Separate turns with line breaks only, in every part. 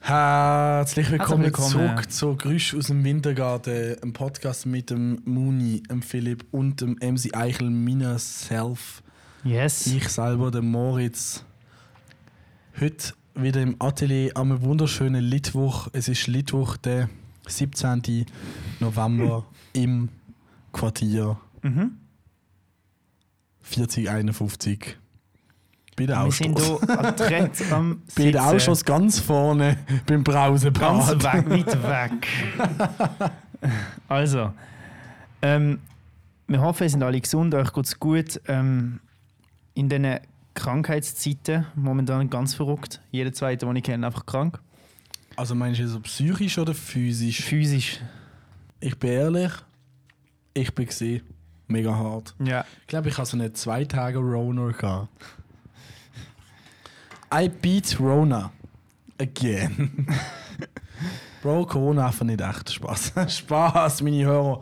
Herzlich willkommen,
Herzlich willkommen.
zurück zu Grüsch aus dem Wintergarten, einem Podcast mit dem Muni, dem Philipp und dem MC Eichel, meiner Self.
Yes.
Ich selber, der Moritz. Heute wieder im Atelier am wunderschönen Litwoch. Es ist Litwoch, der 17. November im Quartier
Mhm.
4051. Bei der
Wir sind
Ausschuss.
hier adrett am
Bei der
Sitzen.
Ausschuss ganz vorne beim
Ganz
Brausepaar.
weg, nicht weg. also, ähm, wir hoffen, ihr seid alle gesund, euch geht's gut. Ähm, in diesen Krankheitszeiten, momentan ganz verrückt, jeder zweite, den ich kenne, einfach krank.
Also meinst du jetzt so psychisch oder physisch?
Physisch.
Ich bin ehrlich, ich bin gesehen mega hart.
Ja.
Ich glaube, ich habe so eine zwei Tage Rona gehabt. I beat Rona. Again. Bro, Corona einfach nicht echt. Spaß. Spaß, meine Hörer.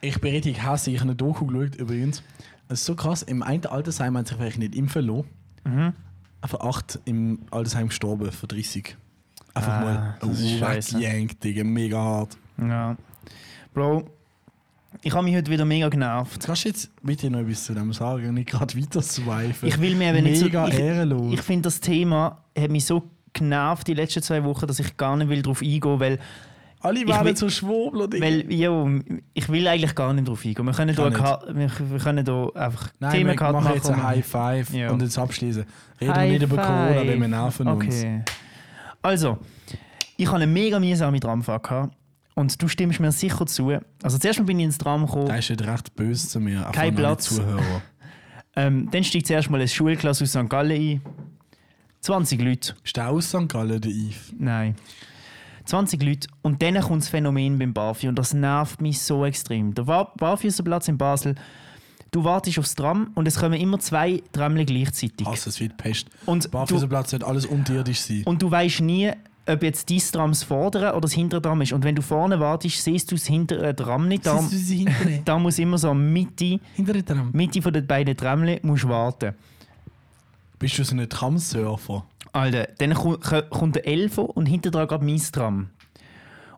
Ich bin richtig hässlich. Ich habe eine Doku geschaut, übrigens. Es ist so krass. Im einen Altersheim haben sich vielleicht nicht impfen lassen.
Mhm.
Einfach acht im Altersheim gestorben, vor 30. Einfach
Ah,
mal
das ist scheisse.
weggejankt, Digga. Mega hart.
ja. Bro, ich habe mich heute wieder mega genervt.
Kannst du jetzt bitte noch etwas zu dem sagen und nicht gerade weiter swipen?
Ich will mir aber nicht so.
Mega
ich-
ehrenlos.
Ich finde, das Thema hat mich so genervt die letzten zwei Wochen, dass ich gar nicht will darauf eingehen will,
Alle werden
will-
so schwurbel und ich-
weil jo, ich will eigentlich gar nicht drauf eingehen. Wir können
Kann
hier wir, wir können hier einfach
Nein, wir
Themenkarte
machen jetzt ein
machen.
High Five
Ja.
und jetzt abschließen. Reden wir
High
nicht über Corona,
five.
wenn wir nerven uns.
okay. Also, ich hatte eine mega mühsame Tramfahrt gehabt und du stimmst mir sicher zu. Also zuerst mal bin ich ins Tram
Da
gekommen,
ist nicht recht böse zu mir. auch
Kein
von allen
Platz.
Zuhörer.
ähm, dann steigt zuerst mal eine Schulklasse aus St. Gallen ein. 20 Leute.
Ist der aus St. Gallen, der Yves?
Nein. 20 Leute und dann kommt das Phänomen beim Barfi und das nervt mich so extrem. Der Wa- Barfüsserplatz in Basel, du wartest aufs Tram und es kommen immer zwei Tramle gleichzeitig.
Hasse, es wird Pest.
und, du,
Barfüßerplatz sollte alles unterirdisch sein.
und du weißt nie, ob jetzt dein Tram das vordere oder das hintere Tram ist. Und wenn du vorne wartest, siehst du das hintere Tram nicht. Da,
sie hinter
da muss immer so Mitte,
hinter Tram?
Mitte von den beiden Tramle musst du warten.
Bist du so ein Tramsurfer?
Alter, dann ko- ko- kommt der Elfo und hinter dran gerade mein Tram.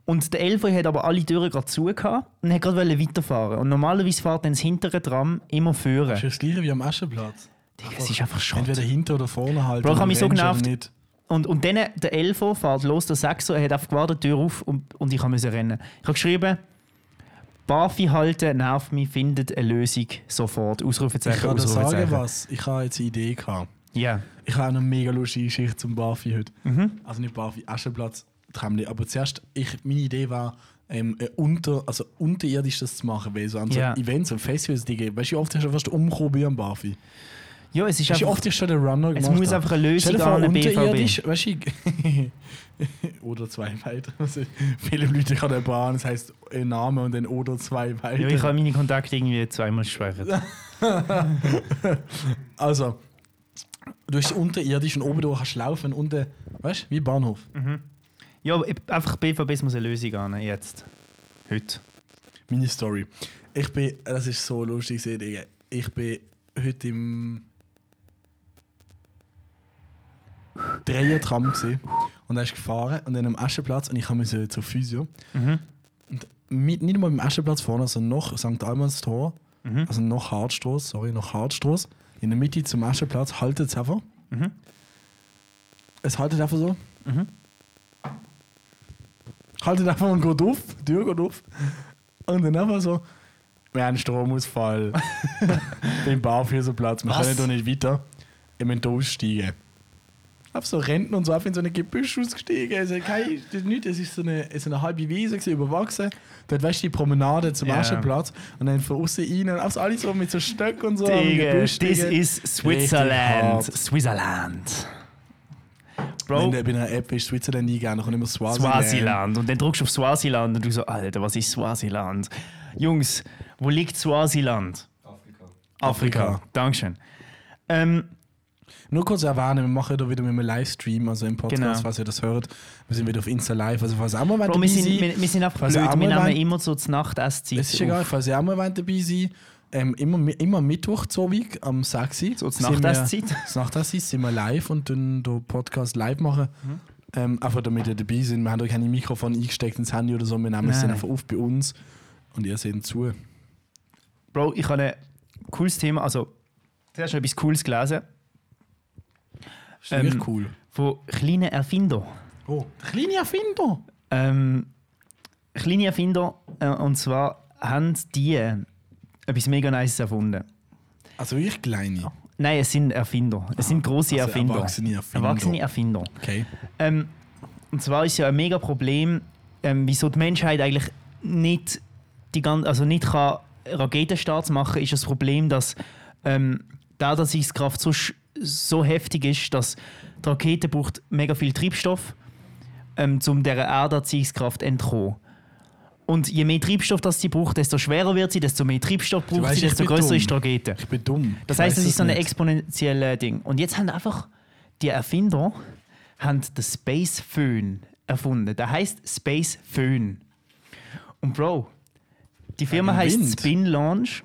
Und der Elfo hat aber alle Türen gerade zu gehabt und hat gerade wollen weiterfahren. Und normalerweise fährt dann das hintere Tram immer führen.
Ist das gleiche wie am Aschenplatz?
Digga, es ist einfach Schrott.
Entweder hinter oder vorne halten.
Bro, ich hab
und
mich so
rennst oder
genervt.
nicht.
Und, und dann der Elfo fährt los, der Sechser, er hat einfach gewartet, die Tür auf und, und ich musste rennen. Ich habe geschrieben, Barfi halten, nervt mich, findet eine Lösung sofort.
Ich
Ausrufezeichen,
kann dir sagen,
Ausrufezeichen.
was. Ich habe jetzt eine Idee gehabt.
Ja.
Ich habe auch noch eine mega lustige Geschichte zum Barfi heute.
Mhm.
Also nicht Barfi, Aschenplatz, Tremli. Aber zuerst, ich, meine Idee war, ähm, äh, unter, also unterirdisch das zu machen. Weil so an so
Ja.
Events und Festivals, die gehen. Weißt du, wie oft hast du fast umgekommen bei am Barfi?
Ja, es ist
Weißt du, wie
einfach,
oft ich schon den Runner
es
gemacht
muss
habe?
einfach eine
Stell
Lösung
dir vor,
an den BVB.
unterirdisch, weißt du, ich- oder zwei weiter. Also, viele Leute kann der Bahn, das heisst ein Name und dann oder zwei weiter.
Ja, ich habe meine Kontakte irgendwie zweimal gespeichert.
Also, du hast unterirdisch und oben durch kannst du laufen und unten, weißt du, wie Bahnhof.
Ja, aber ich- einfach BVB muss eine Lösung an, jetzt. Heute.
Meine Story. Ich bin, das ist so lustig, gewesen, Digga. Ich bin heute im Dreier-Tram gewesen. und dann ist gefahren und dann am Aschenplatz und ich musste zur Physio.
Mhm.
Und mit, nicht mal im Aschenplatz vorne, sondern noch St. Almans Tor,
Mhm.
also noch Hartstrasse, sorry, noch Hartstrasse. In der Mitte zum Aschenplatz haltet es einfach.
Mhm.
Es haltet einfach so.
Mhm.
Haltet einfach und geht auf, die Tür geht auf. Und dann einfach so, wir haben einen Stromausfall. Den Barfüßerplatz, wir
Was?
können doch nicht weiter. Ich müssen hier aussteigen. Auf so Renten und so, auf in so ein Gebüsch ausgestiegen. Also kein, das ist nichts, es ist so eine, so eine halbe Wiese gewesen, überwachsen. Dort weißt du die Promenade zum
Ja.
Aschenplatz und dann von außen rein und auf so alles so mit so Stöcken und so. am
Digga,
Gebüsch
this
liegen.
is Switzerland.
hart.
Switzerland.
Wenn
Bro,
du bei einer App bist, Switzerland eingehen, dann kommt immer Swaziland.
Swaziland. Und dann drückst du auf Swaziland und du so, Alter, was ist Swaziland? Jungs, wo liegt Swaziland? Afrika.
Afrika.
Afrika. Dankeschön. Ähm,
Nur kurz erwähnen, wir machen da wieder mit einem Livestream, also im Podcast,
Genau.
falls ihr das hört. Wir sind wieder auf Insta Live, also falls ihr auch mal wollt
Bro,
dabei
wir sind,
sein
wir, wir sind einfach
Was
blöd. Wir
einmal
nehmen
wenn-
immer so zur Nachteszeit.
Es ist
auf.
egal, falls ihr auch mal wollt dabei sein ähm, immer, immer Mittwoch zur Week am 6.
So zur
sind wir-
Nachtestzeit. Mhm.
Zur Nachtestzeit sind wir live und dann den Podcast live machen. Ähm, einfach damit ihr dabei sind. Wir haben da keine Mikrofone eingesteckt ins Handy oder so. Wir nehmen es
Nein.
dann einfach auf bei uns und ihr seht zu.
Bro, ich habe ein cooles Thema. Also, zuerst noch etwas Cooles gelesen.
Ist ähm,
Ähm,
nicht cool.
Von kleinen Erfinder.
Oh, der kleine Erfinder.
Ähm, kleine Erfinder, äh, und zwar haben die äh, etwas mega Nices erfunden.
Also ich kleine.
Nein, es sind Erfinder. Es sind große
Also
Erfinder.
erwachsene Erfinder.
Erwachsene Erfinder.
Okay.
Ähm, und zwar ist ja ein mega Problem, ähm, wieso die Menschheit eigentlich nicht, die ganze, also nicht kann Raketenstarts machen ist das Problem, dass ähm, da dass die Kraft so, sch- so heftig ist, dass die Rakete braucht mega viel Treibstoff, ähm, um dieser Erdanziehungskraft entkommen. Und je mehr Treibstoff das sie braucht, desto schwerer wird sie, desto mehr Treibstoff braucht
weißt,
sie,
ich
desto
bin
größer
dumm.
ist die Rakete.
Ich bin dumm.
Das
Ich
heißt,
weiss
es ist so ein
nicht.
exponentielles äh, Ding. Und jetzt haben einfach die Erfinder haben den Space Phone erfunden. Der heißt Space Phone. Und Bro, die Firma
Ein
heißt
Wind.
Spin Launch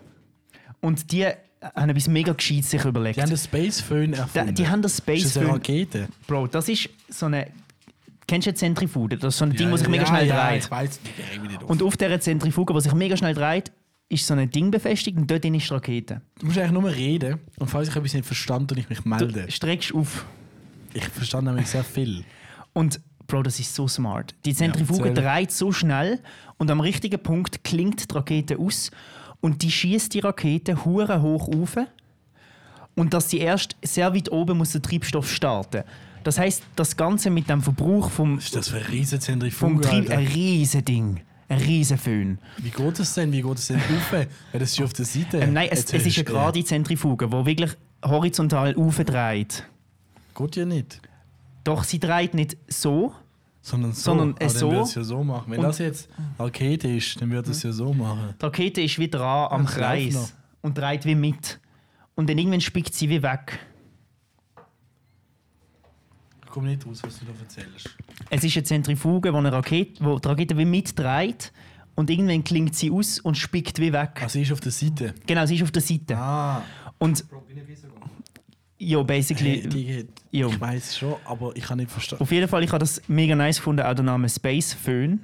und die äh, haben etwas mega gescheit sich überlegt.
Die haben den Space Phone erfunden.
die, die haben das Space
ist das eine
Phone.
Rakete?
Bro, das ist so eine. Kennst du die Zentrifuge? Das ist so ein Ding, das sich mega schnell
ja,
dreht.
Ich weiß nicht, ich bin nicht auf.
Und auf dieser Zentrifuge, die sich mega schnell dreht, ist so ein Ding befestigt und dort drin ist die Rakete.
Du musst eigentlich nur reden und falls ich etwas nicht verstand, und ich mich melden.
Du streckst auf.
Ich verstand nämlich sehr viel.
Und Bro, das ist so smart. Die Zentrifuge
Ja, erzähl.
dreht so schnell und am richtigen Punkt klingt die Rakete aus und die schießt die Rakete hure hoch auf. Und dass sie erst sehr weit oben muss der Treibstoff starten. Das heißt, das Ganze mit dem Verbrauch vom,
Was ist das für ein riesen
vom
Zentrifuge,
Trieb
Alter?
ein riesen Ding, ein riesen Föhn.
Wie geht das denn? Wie geht das denn auf? Wenn das ist auf der Seite.
Ähm, nein, es,
Äh, Jetzt
es ist
hast-
eine gerade Zentrifuge, wo wirklich horizontal aufdreht.
Äh, geht ja nicht.
Doch sie dreht nicht so,
Sondern so.
Sondern, äh,
Aber dann
so.
würde es ja so machen. Wenn
Und- Mhm.
das jetzt Rakete ist, dann würde es ja so machen.
Die Rakete ist wieder dran am
Ja, das läuft noch.
Kreis und dreht wie mit. Und dann irgendwann spickt sie wie weg.
Ich komme nicht raus, was du da erzählst.
Es ist eine Zentrifuge, wo, eine Rakete, wo die Rakete wie mitdreht und irgendwann klingt sie aus und spickt wie weg.
Also, sie ist auf der Seite.
Genau, sie ist auf der Seite.
Ah,
Und ja, basically,
hey, die,
Äh, Jo. Oh.
ich weiß schon, aber ich kann nicht verstehen.
auf jeden Fall, ich habe das mega nice gefunden, auch der Name Space Phone.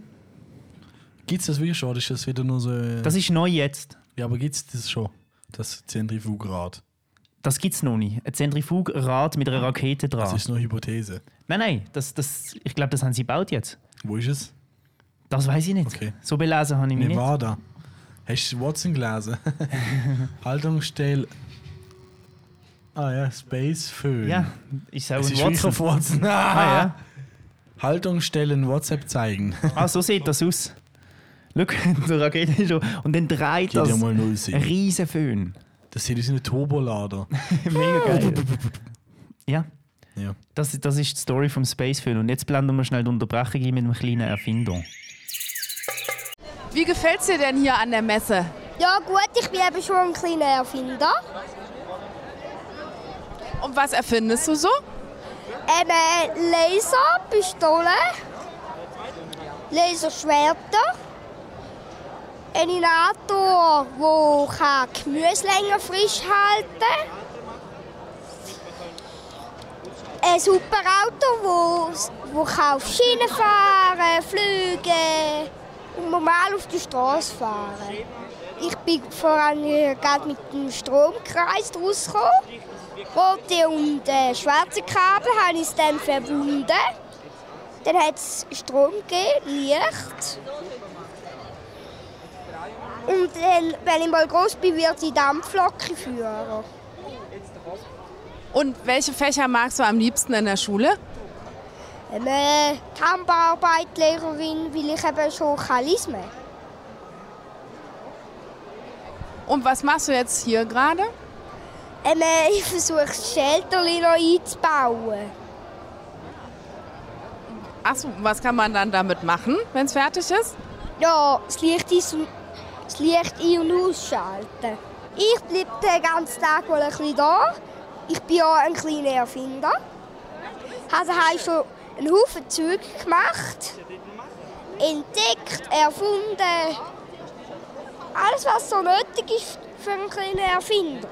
Gibt es das wirklich schon? Oder ist das wieder nur so. äh,
Das ist neu jetzt.
ja, aber gibt es das schon? Das Zentrifugrad.
Das gibt es noch nicht. Ein Zentrifugrad mit einer Rakete dran.
Das ist nur Hypothese.
nein, nein, das, das, ich glaube, das haben sie gebaut jetzt.
Wo ist es?
Das weiß ich nicht.
Okay.
So belesen habe ich mich nicht.
Nevada. Hast du Watson gelesen? Haltungsstelle. Ah ja, Space Föhn.
Ja, ist auch
es
ein
ist wirklich
Watson.
auf Watson.
Ah, ja.
Haltungsstellen WhatsApp zeigen.
Ah, so sieht das aus. Schau, die Rakete ist schon. Und dann dreht
Geht
das.
ja
Ein
mal null sein.
riesen Föhn.
Das sieht aus wie ein Turbolader.
Mega geil. Ja,
Ja.
das, das ist die Story vom Space Föhn. Und jetzt blenden wir schnell die Unterbrechung ein mit einem kleinen Erfinder.
Wie gefällt's dir denn hier an der Messe?
Ja gut, ich bin eben schon ein kleiner Erfinder.
Und was erfindest du so?
Eben Laser, Pistole, Laserschwerter, ein Inator, wo kann Gemüse länger frisch halten. Ein Superauto, wo, wo kann auf Schienen fahren, fliegen und normal auf die Straße fahren. Ich bin vor allem gerade mit dem Stromkreis rausgekommen. Rote und äh, schwarze Kabel habe ich dann verbunden. Dann hat es Strom gegeben, Licht. Und dann, wenn ich mal groß bin, wird die Dampflocke führen.
Und welche Fächer magst du am liebsten in der Schule?
Ähm, äh, die Hamburgerarbeitlehrerin, weil ich eben schon kann lesen kann.
Und was machst du jetzt hier gerade?
Ähm, äh, ich versuche das Shelterli noch einzubauen.
Achso, was kann man dann damit machen, wenn es fertig ist?
Ja, das Licht, ein, das Licht ein- und ausschalten. Ich bleibe den ganzen Tag wohl ein bisschen da. Ich bin ja ein kleiner Erfinder. Also habe ich schon einen Haufen Zeug gemacht. Entdeckt, erfunden. Alles, was so nötig ist für einen kleinen Erfinder.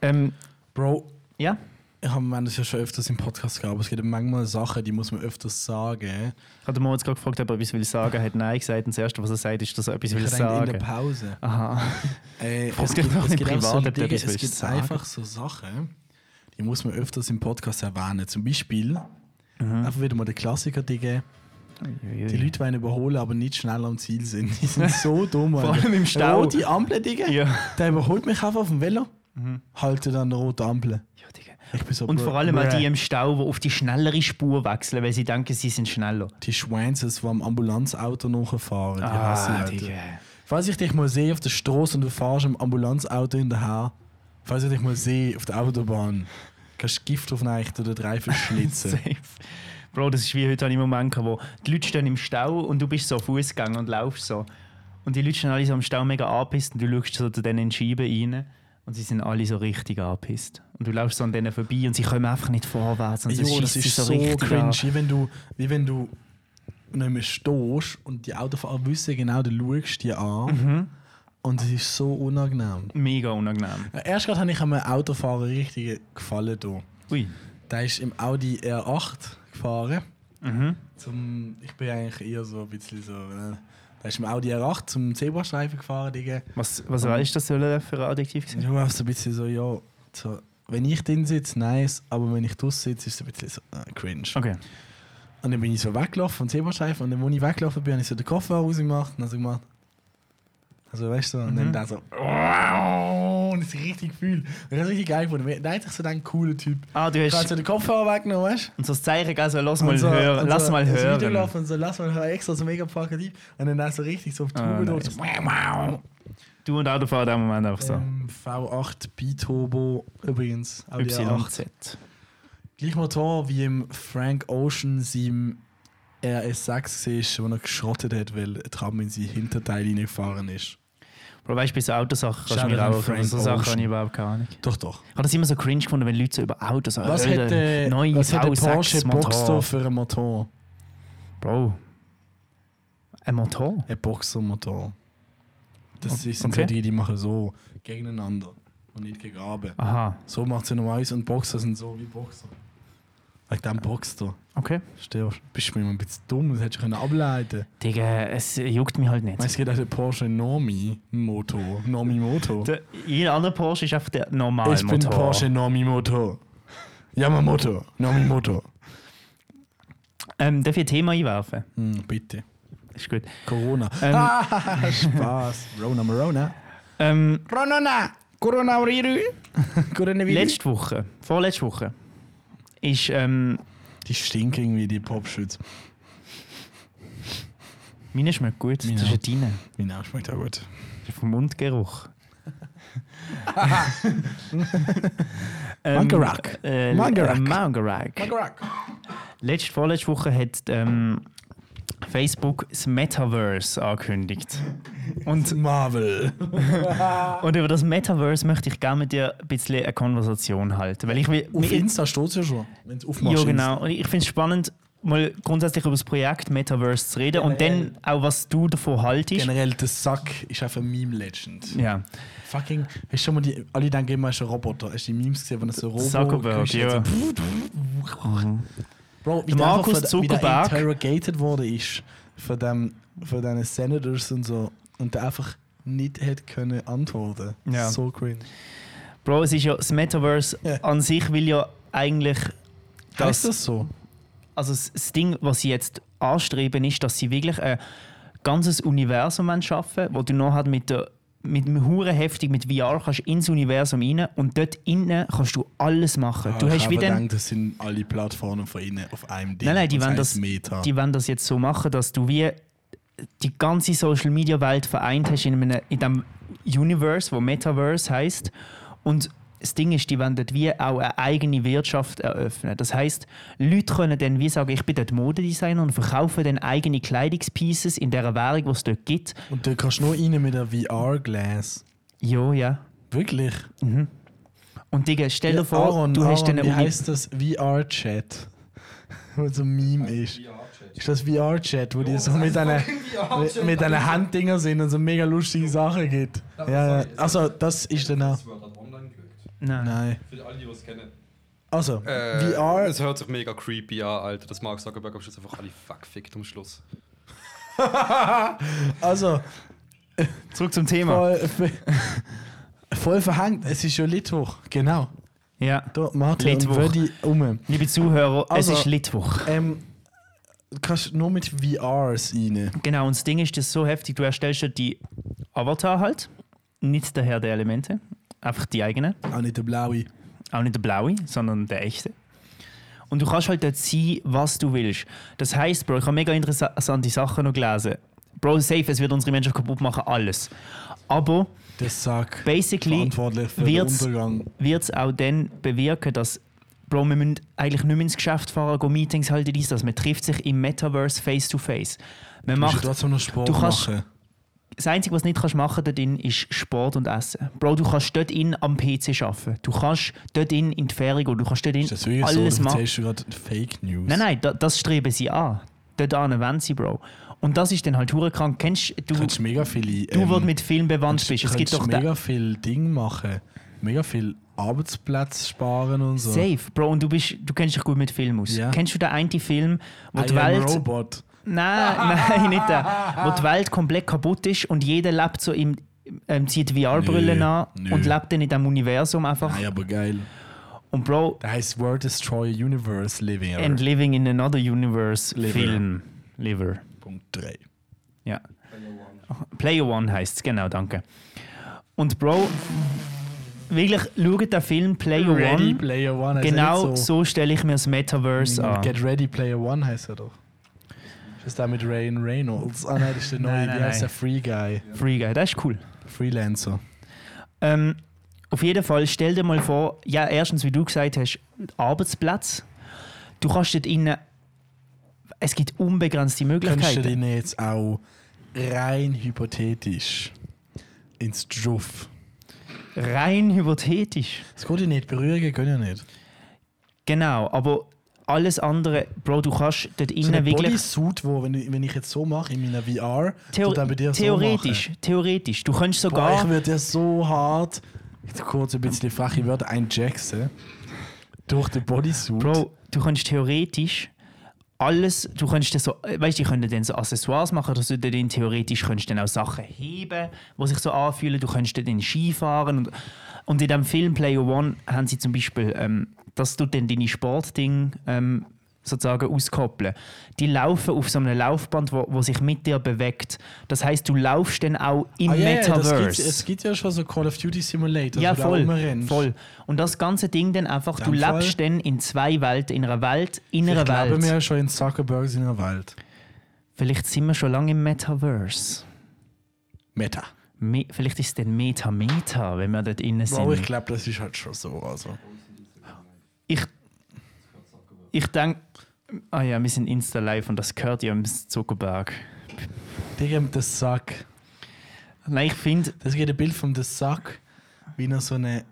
Ähm,
Bro,
ja,
ich habe mir das ja schon öfters im Podcast gehabt, aber es gibt ja manchmal Sachen, die muss man öfters sagen.
Ich habe den Moritz gerade gefragt, ob er etwas will sagen will. Er hat Nein gesagt. Und das Erste, was er sagt, ist, dass er etwas will
Ich denke, in der
sagen.
Pause.
Aha.
Äh,
Frag's gleich noch im
auch so
Privaten, ob du
Dinge,
etwas
es
willst
gibt
sagen.
einfach so Sachen, die muss man öfters im Podcast erwähnen. Zum Beispiel, einfach wieder mal der Klassiker, Digga. Die Leute wollen überholen, aber nicht schnell am Ziel sind. Die sind so dumm.
Vor
Alter.
allem im Stau.
Rote Ampel, Digga.
Ja.
Der überholt mich einfach auf dem Velo. Halte dann eine rote Ampel.
Ja, Digga.
Ich bin so
Mhm. Und
bruh.
vor allem auch
Bruh.
die im Stau, die auf die schnellere Spur wechseln, weil sie denken, sie sind schneller.
Die Schwänzes, die am Ambulanzauto nachfahren. Die
Ah,
hasse ich, Alter.
Digga.
Falls ich dich mal sehe auf der Straße und du fährst im Ambulanzauto hinterher, falls ich dich mal sehe auf der Autobahn, kannst du Gift auf den Eicht oder Dreifel schlitzen.
Safe. Bro, das ist wie heute an einem Moment, gehabt, wo die Leute stehen im Stau und du bist so Fußgänger und laufst so. Und die Leute stehen alle so im Stau mega angepisst und du schaust so zu denen in die Scheibe rein und sie sind alle so richtig angepisst. Und du laufst so an denen vorbei und sie kommen einfach nicht vorwärts und
jo, Also, das
schiesst sie
ist so,
richtig
cringe,
an.
wie wenn du, wie wenn du nicht mehr stehst und die Autofahrer wissen genau, du schaust die an und es ist so unangenehm. Äh,
Mega unangenehm.
Erst gerade habe ich einem Autofahrer richtig gefallen. Da.
Ui.
Der ist im Audi R8 gefahren. Zum, ich bin eigentlich eher so ein bisschen so. Äh, der ist im Audi R8 zum Zebrastreifen gefahren. Digga.
Was, was weißt du, das soll für ein Adjektiv sein?
Ich war so ein bisschen so, ja, so, wenn ich drin sitze, nice, aber wenn ich draußen sitze, ist es ein bisschen so, äh, cringe.
Okay.
Und dann bin ich so weggelaufen vom Zebrastreifen und dann, wo ich weggelaufen bin, habe ich so den Koffer rausgemacht und dann so gemacht. Also weißt du, und dann der so, wow, und das ist richtig Gefühl. Und das ist richtig geil gefunden. Da hat sich so ein cooler Typ.
Ah, du
Ich habe
hast
so den Kopfhörer weggenommen, weißt du?
uns das Zeichen gegeben, so, lass mal
Und so-
hören.
und
Lass
so,
mal
das
hören.
Also, Video laufen und so, lass mal hören, extra so mega plakativ. Und dann hast du richtig so auf die Tube drauf,
Ah, nice.
so, wow, wow.
Du und Autofahrer in dem Moment einfach so.
Ähm, V8 Biturbo übrigens. Audi A8.
YZ.
Gleich Motor wie im Frank Ocean seinem RS6 ist, wo er geschrottet hat, weil ein Tram in sein Hinterteil reingefahren ist.
Bro, weißt du, bei so Autosachen kannst du
Shoutout
mir
an
auch
Frank
über so Sachen
Ocean.
habe ich überhaupt keine Ahnung.
Doch, doch.
Ich habe das immer so cringe gefunden, wenn Leute so über Autos sagen,
Was
äh,
hat der,
neue
was hat der
V6
Porsche Boxster
Motor.
für einen Motor?
Bro. Ein Motor?
Ein Boxermotor. Das
Okay.
sind so die, die machen so gegeneinander und nicht gegen Abend.
Aha,
So macht sie normal und Boxer sind so wie Boxer. Wegen dem Boxer.
okay.
Stehst du? Bist du mir mal ein bisschen dumm, das hättest du können ableiten können.
Digga, es juckt mich halt nicht.
Es gibt auch den Porsche Normi Motor. Normi Motor.
Der, jeder andere Porsche ist einfach der normale
Ich bin
Motor.
Porsche Normi Motor. Yamamoto. Normi Motor.
Ähm, darf ich ein Thema einwerfen?
Hm, bitte.
Ist gut.
Corona.
Ähm.
Ah, Spaß. Rona Morona.
Ähm,
Ronona. Coronavirus. Coronavirus.
letzte Woche, vorletzte Woche, ist ähm,
Die stinken irgendwie, die Popschütze.
meine schmeckt gut,
Meine
das
auch.
ist eine deine.
Mein Name schmeckt auch gut.
Das ist vom Mundgeruch. ähm,
Mangarak.
Äh,
Mangarak.
Mangarak. Mangarak. Letzte, vorletzte Woche hat ähm, Facebook das Metaverse angekündigt.
Und Marvel.
Und über das Metaverse möchte ich gerne mit dir ein bisschen eine Konversation halten. Weil ich will,
Auf
mir-
Insta steht es ja schon, wenn es aufmachst.
ja, genau. Und ich finde es spannend, mal grundsätzlich über das Projekt Metaverse zu reden und
Generell.
dann auch, was du davon haltest.
Generell, der Sack ist einfach ein Meme-Legend.
Ja.
Fucking, hast du schon mal die, alle denken immer, er ist ein Roboter. Hast du die Memes gesehen, wenn er so Robo
Zuckerberg,
Christian-
ja. Mhm.
Bro, wie
Der
der
Markus
einfach von- wie der
Zuckerberg.
interrogated worden ist von, dem, von diesen Senators und so und der einfach nicht hätte können antworten.
Ja.
So cringe.
Bro, es ist ja das Metaverse
Ja.
an sich will ja eigentlich
Heißt das so?
also das- das Ding, was sie jetzt anstreben, ist, dass sie wirklich ein ganzes Universum wollen schaffen, wo du nachher mit der mit dem Hure heftig mit VR kannst ins Universum rein und dort innen kannst du alles machen. du
Ah,
hast
ich
wieder
gedacht, das sind alle Plattformen von ihnen auf einem Ding.
Nein, nein, die
Und
wollen,
heißt
das,
Meta.
die wollen das jetzt so machen, dass du wie die ganze Social Media Welt vereint hast in einem in dem Universe, wo Metaverse heißt. Und das Ding ist, die wollen dort wie auch eine eigene Wirtschaft eröffnen. Das heißt, Leute können dann wie sagen, ich bin dort Modedesigner und verkaufe dann eigene Kleidungspieces in der Währung, die es dort gibt.
und da kannst du nur rein mit der VR-Glass.
Ja, ja.
Wirklich?
Und Digga, stell dir
Ja,
vor,
Aaron,
du hast
Aaron,
dann
wie
eine Uni-
heißt das VR-Chat? Wo so ein Meme ist.
Genau.
Ist das VR-Chat, wo die so mit einer, mit, mit einer Handdinger sind und so mega lustige Sachen gibt? Ja, ja. Also das ist dann auch.
Das Word hat online gelegt.
Nein.
Nein.
Für alle, die es kennen.
Also,
Äh,
VR.
Es hört sich mega creepy an, Alter. Das Mark Zuckerberg am Schluss einfach alle fuckfickt am Schluss.
Also,
Zurück zum Thema.
voll, voll verhängt. Es ist schon Litwoch. Genau.
Ja.
Da, Martin,
Litwoch.
Wödi um.
Liebe Zuhörer,
Also-
es ist Litwoch.
Ähm, kannst nur mit VRs rein.
Genau, und das Ding ist, das ist so heftig, du erstellst ja die Avatar halt, nicht der Herr der Elemente, einfach die eigenen.
Auch nicht der blaue.
Auch nicht der blaue, sondern der echte. Und du kannst halt dort sein, was du willst. Das heißt, Bro, ich habe mega interessante Sachen noch gelesen. Bro, safe, es wird unsere Menschheit kaputt machen, alles. Aber
Der Sack.
basically
Verantwortlich für den
wird's-
Untergang.
wird es auch dann bewirken, dass Bro, wir müssen eigentlich nicht mehr ins Geschäft fahren, gehen Meetings halten, dies, das. Man trifft sich im Metaverse face to face. Man
Macht
macht
trotzdem noch Sport
Du kannst-
machen.
das Einzige, was du nicht kannst machen dort drin, ist Sport und Essen. Bro, du kannst dort in am PC arbeiten. Du kannst dort in in die Ferien gehen. Du kannst dort in
Ist das wirklich
alles
so? Du
machen.
erzählst du gerade Fake News.
Nein, nein, da, das streben sie an. Dort an wollen sie, Bro. Und das ist dann halt krank. Kennst du,
Du
du,
kannst ähm, mega viele.
wo du mit Film bewandt bist? Es gibt
könntest
doch den-
mega viel Ding machen. Mega viel Arbeitsplätze sparen und so.
Safe, Bro, und du, bist, du kennst dich gut mit Film aus.
Ja.
Kennst du den einen Film, wo
I
die
am
Welt.
Ah, Robot.
Nein, nein, nicht der. Wo die Welt komplett kaputt ist und jeder lebt so im. Ähm, zieht VR-Brillen
Nö,
an
nö.
und lebt dann in diesem Universum einfach.
Nein, aber geil.
Und Bro,
Der heißt World Destroyer Universe Living. oder?
And Living in Another Universe
Liver.
Film. Liver.
Punkt 3.
Ja. Player One heißt es, genau, danke. Und Bro, wirklich, schaut den Film Player
Ready
One.
Player One heißt
Genau
er
so,
nicht
stelle ich mir das Metaverse an.
Get Ready Player One heißt er doch. Ist das da mit Ryan Reynolds? Ah nein, das ist der neue.
Nein, nein,
Wie heißt der
nein.
Free Guy?
Free Guy, das ist cool.
Freelancer.
Ähm, auf jeden Fall, stell dir mal vor, ja, erstens, wie du gesagt hast, Arbeitsplatz. Du kannst dort innen. Es gibt unbegrenzte
Könntest du
Möglichkeiten.
den jetzt auch rein hypothetisch ins Druff?
Rein hypothetisch.
Das geht ja nicht, berühren können ja nicht.
Genau, aber alles andere, Bro, du kannst dort
So
innen
ein
wirklich.
Bodysuit, wo, wenn, ich- wenn ich jetzt so mache in meiner VR,
Theo
tut er bei dir
theoretisch,
So machen.
theoretisch. Du könntest
Boah,
sogar.
ich würde ja so hart, jetzt kurz ein bisschen freche Wörter, einjacksen. Durch den Bodysuit.
Bro, du könntest theoretisch alles, du könntest dann so, weißt du, die können dann so Accessoires machen, dass du dann theoretisch könntest dann auch Sachen heben, die sich so anfühlen, du könntest dann Ski fahren und, und in dem Film Player One haben sie zum Beispiel, ähm, dass du dann deine Sportding ähm, sozusagen auskoppeln. Die laufen auf so einem Laufband, wo, wo sich mit dir bewegt. Das heißt, du laufst dann auch im
Ah, ja, ja, das
Metaverse.
gibt's- Es gibt ja schon so Call of Duty Simulator,
ja,
wo du da
voll,
rumrennst.
voll. Und das ganze Ding dann einfach, du
Dem Fall-
lebst dann in zwei Welten, in einer Welt, in
Ich
einer
glaube,
Welt.
wir haben schon in Zuckerbergs in der Welt.
Vielleicht sind wir schon lange im Metaverse.
Meta.
Me Vielleicht ist es dann Meta-Meta, wenn wir dort innen sind.
Bro, ich glaube, das ist halt schon so. Also.
ich, ich denke, ah ja, wir sind Insta-Live und das gehört ja im Zuckerberg.
Digga, der Sack.
Nein, ich finde,
Das geht ein Bild von der Sack, wie er so eine.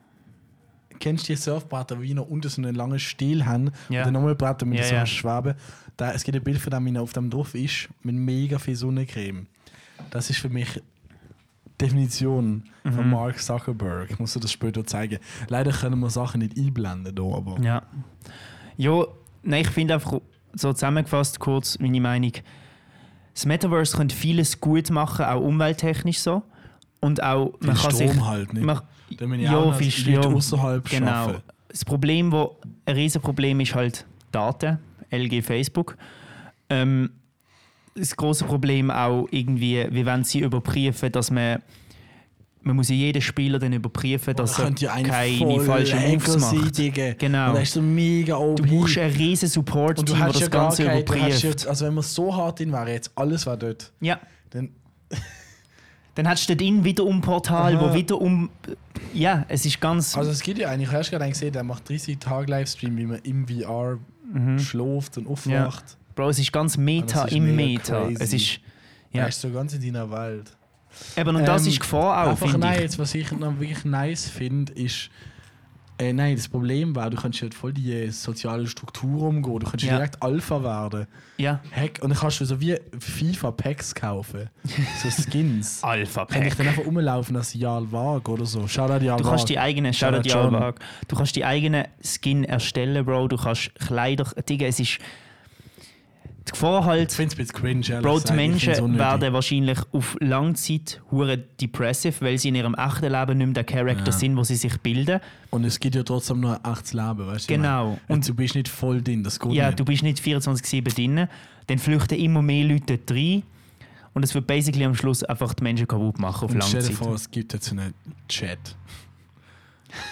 Kennst du die Surfbretter, wie noch unten so einen langen Stiel haben?
Ja.
Und dann nochmal Bretter mit
Ja,
so einer
ja.
Schwabe. Da, es geht ein Bild von dem, wie er auf dem drauf ist, mit mega viel Sonnencreme. Das ist für mich Definition
Mhm.
von Mark Zuckerberg. Ich muss dir das später zeigen. Leider können wir Sachen nicht einblenden hier, aber.
ja. Jo, nein, ich finde einfach, so zusammengefasst kurz meine Meinung. Das Metaverse könnte vieles gut machen, auch umwelttechnisch so. Und auch, man
Viel
kann
Strom
sich.
halt nicht.
Man,
Dann bin ich
ja,
auch noch
viel
als Leute
Strom.
außerhalb
Genau.
arbeiten.
Das Problem, wo, ein Riesenproblem ist halt Daten, LG Facebook. Ähm, das große Problem auch irgendwie, wie wenn sie überprüfen, dass man man muss ja jeden Spieler dann überprüfen, dass
Oh, Da
er
könnte ja einer
keine
voll
falschen Moves
Hacker sein,
macht.
Digga.
Genau.
Und er ist so mega OP.
Du brauchst ein riesen Support,
und
Team,
du
das
hast ja gar
Ganze
keine, du hast ja,
überprüft.
also wenn man so hart in wäre, jetzt alles war dort,
Ja,
dann
dann hast du dort in wieder um Portal,
Aha.
wo wieder um ja, es ist ganz
also es geht ja eigentlich, hast du gerade gesehen, der macht 30 Tage Livestream, wie man im VR
Mhm.
schläft und aufwacht.
Bro, es ist ganz Meta
Ah, Das ist
im
mega
Meta.
crazy.
Es ist
Ja.
ja.
Er ist so ganz in deiner Welt.
Eben, und das
Ähm,
ist die Gefahr auch,
Einfach
finde
nein,
ich.
jetzt, was ich noch wirklich nice finde, ist, Äh, nein, das Problem war, du kannst halt voll die äh, soziale Struktur umgehen. Du kannst
Ja.
direkt Alpha werden.
Ja.
Hack, und dann kannst du so wie FIFA-Packs kaufen. So Skins. Kann ich
Alpha-Pack.
dann einfach rumlaufen als Jarl Waag oder so. Schau dir Jarl
Du kannst die
Waag.
eigenen, schau dir
Shoutout
die
John.
Alba an. Du kannst die eigenen Skin erstellen, Bro. Du kannst Kleider. Digga, es ist. Die Gefahr
Ich
halt,
finde es ein bisschen cringe, ehrlich
Bro,
gesagt.
die
Ich find's
Menschen
unnötig.
werden wahrscheinlich auf lange Zeit hure depressive, weil sie in ihrem echten Leben nicht mehr der
Ja.
Charakter sind, wo sie sich bilden.
Und es gibt ja trotzdem nur ein echtes Leben, weißt du? ich
Genau.
meine?
Und-
Und du bist nicht voll drin, das geht
Ja,
nicht.
du bist nicht 24-7 drin. Dann flüchten immer mehr Leute dort rein. Und es wird basically am Schluss einfach die Menschen kaputt machen auf
Und
lange
stell dir
Zeit.
vor, es gibt jetzt einen Chat.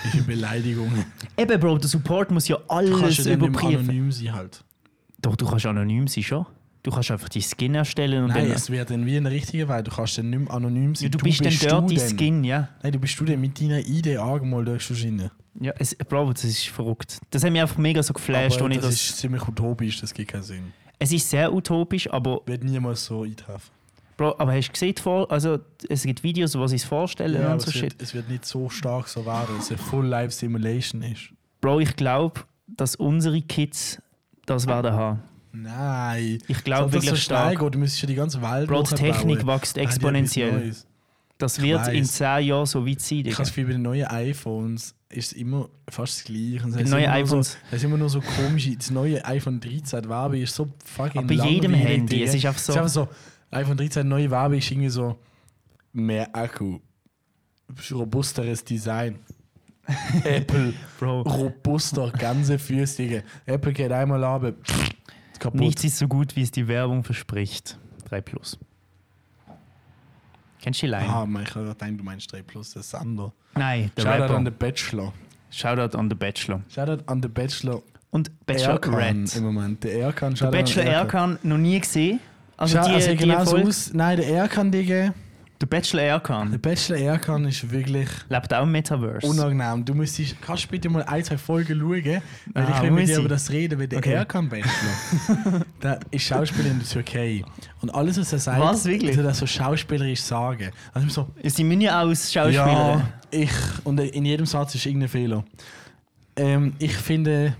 Welche Beleidigungen.
Eben, Bro, der Support muss ja
Du kannst
alles
ja dann nicht mehr
überprüfen.
anonym sein halt.
Doch, du kannst anonym sein, schon. Du kannst einfach die Skin erstellen und
Nein,
dann.
es wird dann wie in der richtigen Welt. Du kannst dann nicht mehr anonym sein.
Ja, du, bist, dann Dirty
du denn.
Skin, ja.
Nein, du bist du denn mit deiner Idee angemalt, da du rein.
ja es, Bro, das ist verrückt. Das hat mich einfach mega so geflasht.
Aber
ohne
das,
das
ist ziemlich utopisch, das gibt keinen Sinn.
es ist sehr utopisch, aber,
Wird niemals so eintreffen.
Bro, aber hast du gesehen, vor, also, es gibt Videos, wo sie es vorstellen
aber
und so
es,
shit.
wird, es wird nicht so stark so werden, dass es eine Full-Life-Simulation ist.
Bro, ich glaube, dass unsere Kids das werden haben.
Nein.
Ich
Soll
glaube
das
wirklich
so schnell
stark.
gehen? Du müsstest ja die ganze Welt
Bro, die
nachbauen.
Technik wächst
Ah, die hat etwas
exponentiell.
Neues.
Das wird in
weiss.
10 Jahren so weit sein.
Ich
Digga.
habe das Gefühl, bei den neuen iPhones ist es immer fast das Gleiche. Und es
Bei
ist
neuen
immer nur
iPhones-
So, es ist immer nur so komisch. Das neue iPhone 13 Wabe ist so fucking
Aber bei jedem
langweilig,
Handy,
Digga.
es ist einfach so-
iPhone 13 neue Wabe ist irgendwie so mehr Akku, robusteres Design. Apple,
Bro.
robuster, ganze Füße. Digga. Apple geht einmal ab, pff, ist kaputt.
Nichts ist so gut, wie es die Werbung verspricht. 3 Plus. Kennst du die Line?
Ah, ich habe gedacht, du meinst 3 Plus, das ist anders.
Nein, der
Shoutout
Rapper.
an The Bachelor.
Shoutout an The Bachelor.
Shoutout an The Bachelor.
Und Bachelor
Erkan
Red.
im Moment. Der Erkan,
Der
Shoutout an
Bachelor Erkan noch nie gesehen. Also
Schau,
die,
also
die
genau so
Folge-
aus. Nein, der Erkan, Digga.
Der Bachelor
Der
Erkan
Bachelor Erkan ist wirklich
lebt auch im Metaverse.
unangenehm. Du müsstest, kannst du bitte mal ein, zwei Folgen schauen, weil
Ah,
ich will mit
muss
dir
ich?
über das reden, weil der
Okay.
Erkan Bachelor, der ist Schauspieler in der Türkei. Und alles, was er sagt,
Was, wirklich?
soll er so schauspielerisch sagen. Also so,
Sie müssen ja auch als Schauspielerin.
ja, ich, und in jedem Satz ist irgendein Fehler. Ähm, ich finde,